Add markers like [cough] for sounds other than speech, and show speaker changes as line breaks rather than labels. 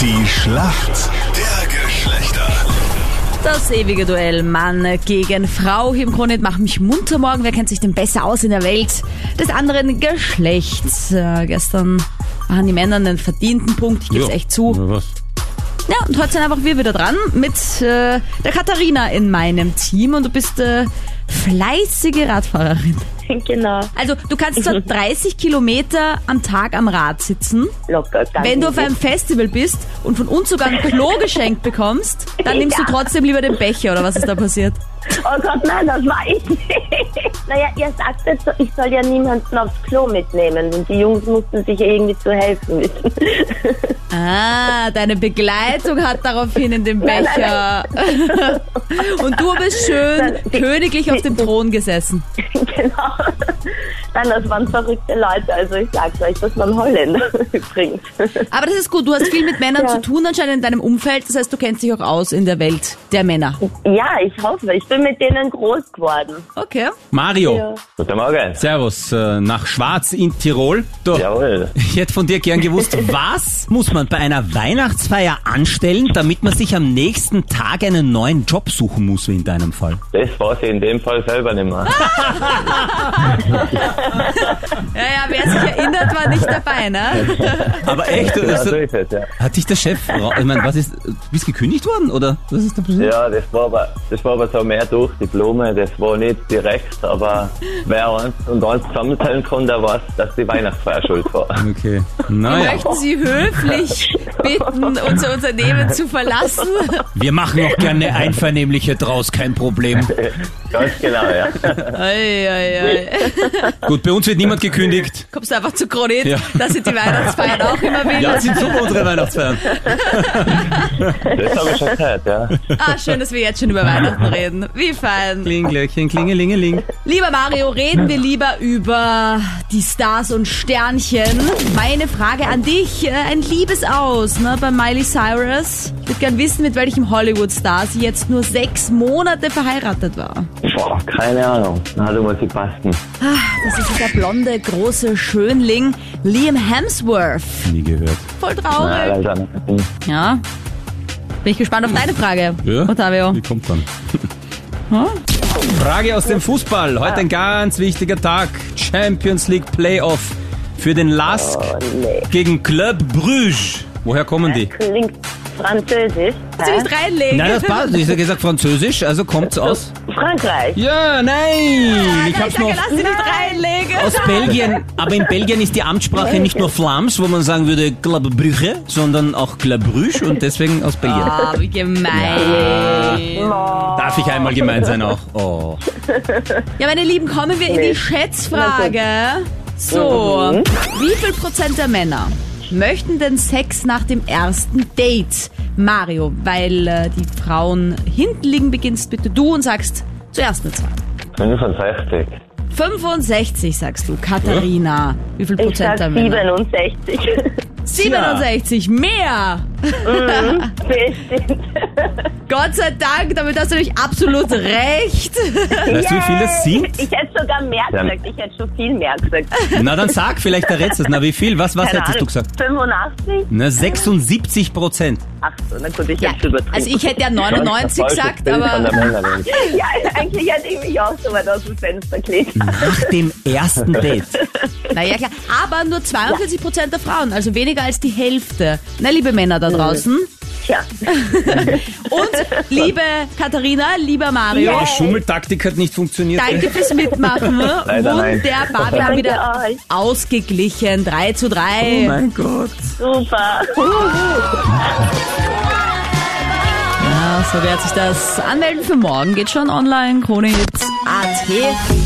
Die Schlacht der Geschlechter.
Das ewige Duell Mann gegen Frau hier im Grunde macht mich munter morgen. Wer kennt sich denn besser aus in der Welt des anderen Geschlechts? Äh, gestern waren die Männer einen verdienten Punkt, ich gebe es echt zu.
Na, was?
Ja, und heute sind einfach wir wieder dran mit äh, der Katharina in meinem Team und du bist äh, fleißige Radfahrerin.
[laughs] Genau,
Also du kannst zwar 30 Kilometer am Tag am Rad sitzen,
locker. danke.
wenn du auf einem Festival bist und von uns sogar ein Klo geschenkt bekommst, dann nimmst du
Ja.
trotzdem lieber den Becher oder was ist da passiert?
Oh Gott, nein, das war
[laughs]
ich nicht. Naja, ihr sagt jetzt so, ich soll ja niemanden aufs Klo mitnehmen. Und die Jungs mussten sich ja irgendwie zu helfen wissen. [laughs]
Ah, deine Begleitung hat daraufhin in den
Nein,
Becher. Und du bist schön
Nein, die-
königlich auf dem Thron gesessen.
genau. Nein, das waren verrückte Leute. Also ich sag's euch, das waren Holländer [laughs] übrigens.
Aber das ist gut, du hast viel mit Männern
Ja.
zu tun anscheinend in deinem Umfeld. Das heißt, du kennst dich auch aus in der Welt der Männer.
Ja, ich hoffe. Ich bin mit denen groß geworden.
Okay.
Mario,
Ja.
Guten Morgen.
servus, äh, nach Schwarz in Tirol. Du,
Jawohl.
ich hätte von dir gern gewusst, was muss man bei einer Weihnachtsfeier anstellen, damit man sich am nächsten Tag einen neuen Job suchen muss, wie in deinem Fall?
Das weiß ich in dem Fall selber nicht mehr.
Ja, ja, wer sich erinnert, war nicht dabei, ne?
Aber echt, du,
Ja,
also,
Genau so ist es, ja.
hat dich der Chef, ra- ich meine, was ist, du bist gekündigt worden, oder? Was ist da passiert?
Ja, das war, aber, das war aber so mehr durch die Blume. Das war nicht direkt, aber wer eins und eins zusammenzählen kann, der weiß, dass die Weihnachtsfeier schuld war.
[laughs] Okay,
Wir
naja,
möchten Sie höflich bitten, unser Unternehmen zu verlassen.
wir machen auch gerne eine einvernehmliche draus, kein Problem.
Ganz genau, ja.
Ei, ei, ei.
Gut, bei uns wird niemand gekündigt.
Kommst du einfach zu Kronit,
Ja.
dass sie die Weihnachtsfeiern auch immer will.
Ja, sind super unsere Weihnachtsfeiern.
Das habe ich schon gehört, ja.
Ah, schön, dass wir jetzt schon über Weihnachten reden. Wie fein.
Klingelöchchen, klingelingeling.
Lieber Mario, reden wir lieber über die Stars und Sternchen. Meine Frage an dich, äh, ein Liebesaus ne, bei Miley Cyrus. Ich würde gern wissen, mit welchem Hollywood-Star sie jetzt nur sechs Monate verheiratet war.
Boah, keine Ahnung. Na, du musst ich passen.
Das ist dieser blonde, große Schönling Liam Hemsworth.
Nie gehört.
Voll
Hm.
Na, also,
traurig.
leider nicht.
Ja. Bin ich gespannt auf deine Frage,
Ja?
Ottavio.
Wie kommt [laughs] dann? Frage aus dem Fußball. Heute ein ganz wichtiger Tag. Champions League Playoff für den Lask
Nee.
gegen Club Bruges. Woher kommen die?
Klingt französisch.
Kannst du
Hä?
nicht reinlegen?
Nein, das passt. Ich habe gesagt Französisch, also kommt's aus.
Frankreich.
Ja, nein!
[laughs]
Ich
Nein,
hab's
danke,
noch
lass sie nicht reinlegen.
aus Belgien. Aber in Belgien ist die Amtssprache nicht nur Flams, wo man sagen würde Club Brüche, sondern auch Club Bruges und deswegen aus Belgien.
Ah, wie gemein.
Darf ich einmal gemein sein auch? Oh.
Ja, meine Lieben, kommen wir in die Schätzfrage. So,
Mhm.
wie viel Prozent der Männer möchten denn Sex nach dem ersten Date? Mario, weil äh, die Frauen hinten liegen, beginnst bitte du und sagst zuerst eine Zahl.
65.
65 sagst du, Katharina. Wie viel
Hm? Ich sag
Prozent der Männer?
67.
[laughs] 67, mehr!
Bestimmt.
Gott sei Dank, damit hast du nämlich
[laughs]
absolut recht.
Weißt du, wie viel das sind?
Ich hätte sogar mehr
Ja.
gesagt. Ich hätte schon viel mehr gesagt.
Na dann sag, vielleicht errätst du es. Na wie viel? Was, was
Keine
hättest
Ahnung,
du gesagt?
85?
Na 76 Prozent.
Ach so, na gut, ich
Ja,
hab's übertrieben.
also ich hätte ja 99
Ganz ein falsches
gesagt,
Bild von
aber...
der Männerwelt.
[laughs] ja, eigentlich hätte ich mich auch so weit aus dem Fenster gelegt.
Nach dem ersten Date.
Naja, klar. Aber nur 42 Prozent der Frauen, also weniger als die Hälfte. Na, liebe Männer
Hm.
da draußen.
Tja,
Und liebe Katharina, lieber Mario.
Die Schummeltaktik hat nicht funktioniert.
Danke fürs Mitmachen.
Leider nein.
Wunderbar. Wir haben
Danke
wieder
euch.
ausgeglichen. 3 zu
Oh
3.
mein Gott.
Super.
so wird sich das anmelden für morgen. Geht schon online. Krone jetzt AT.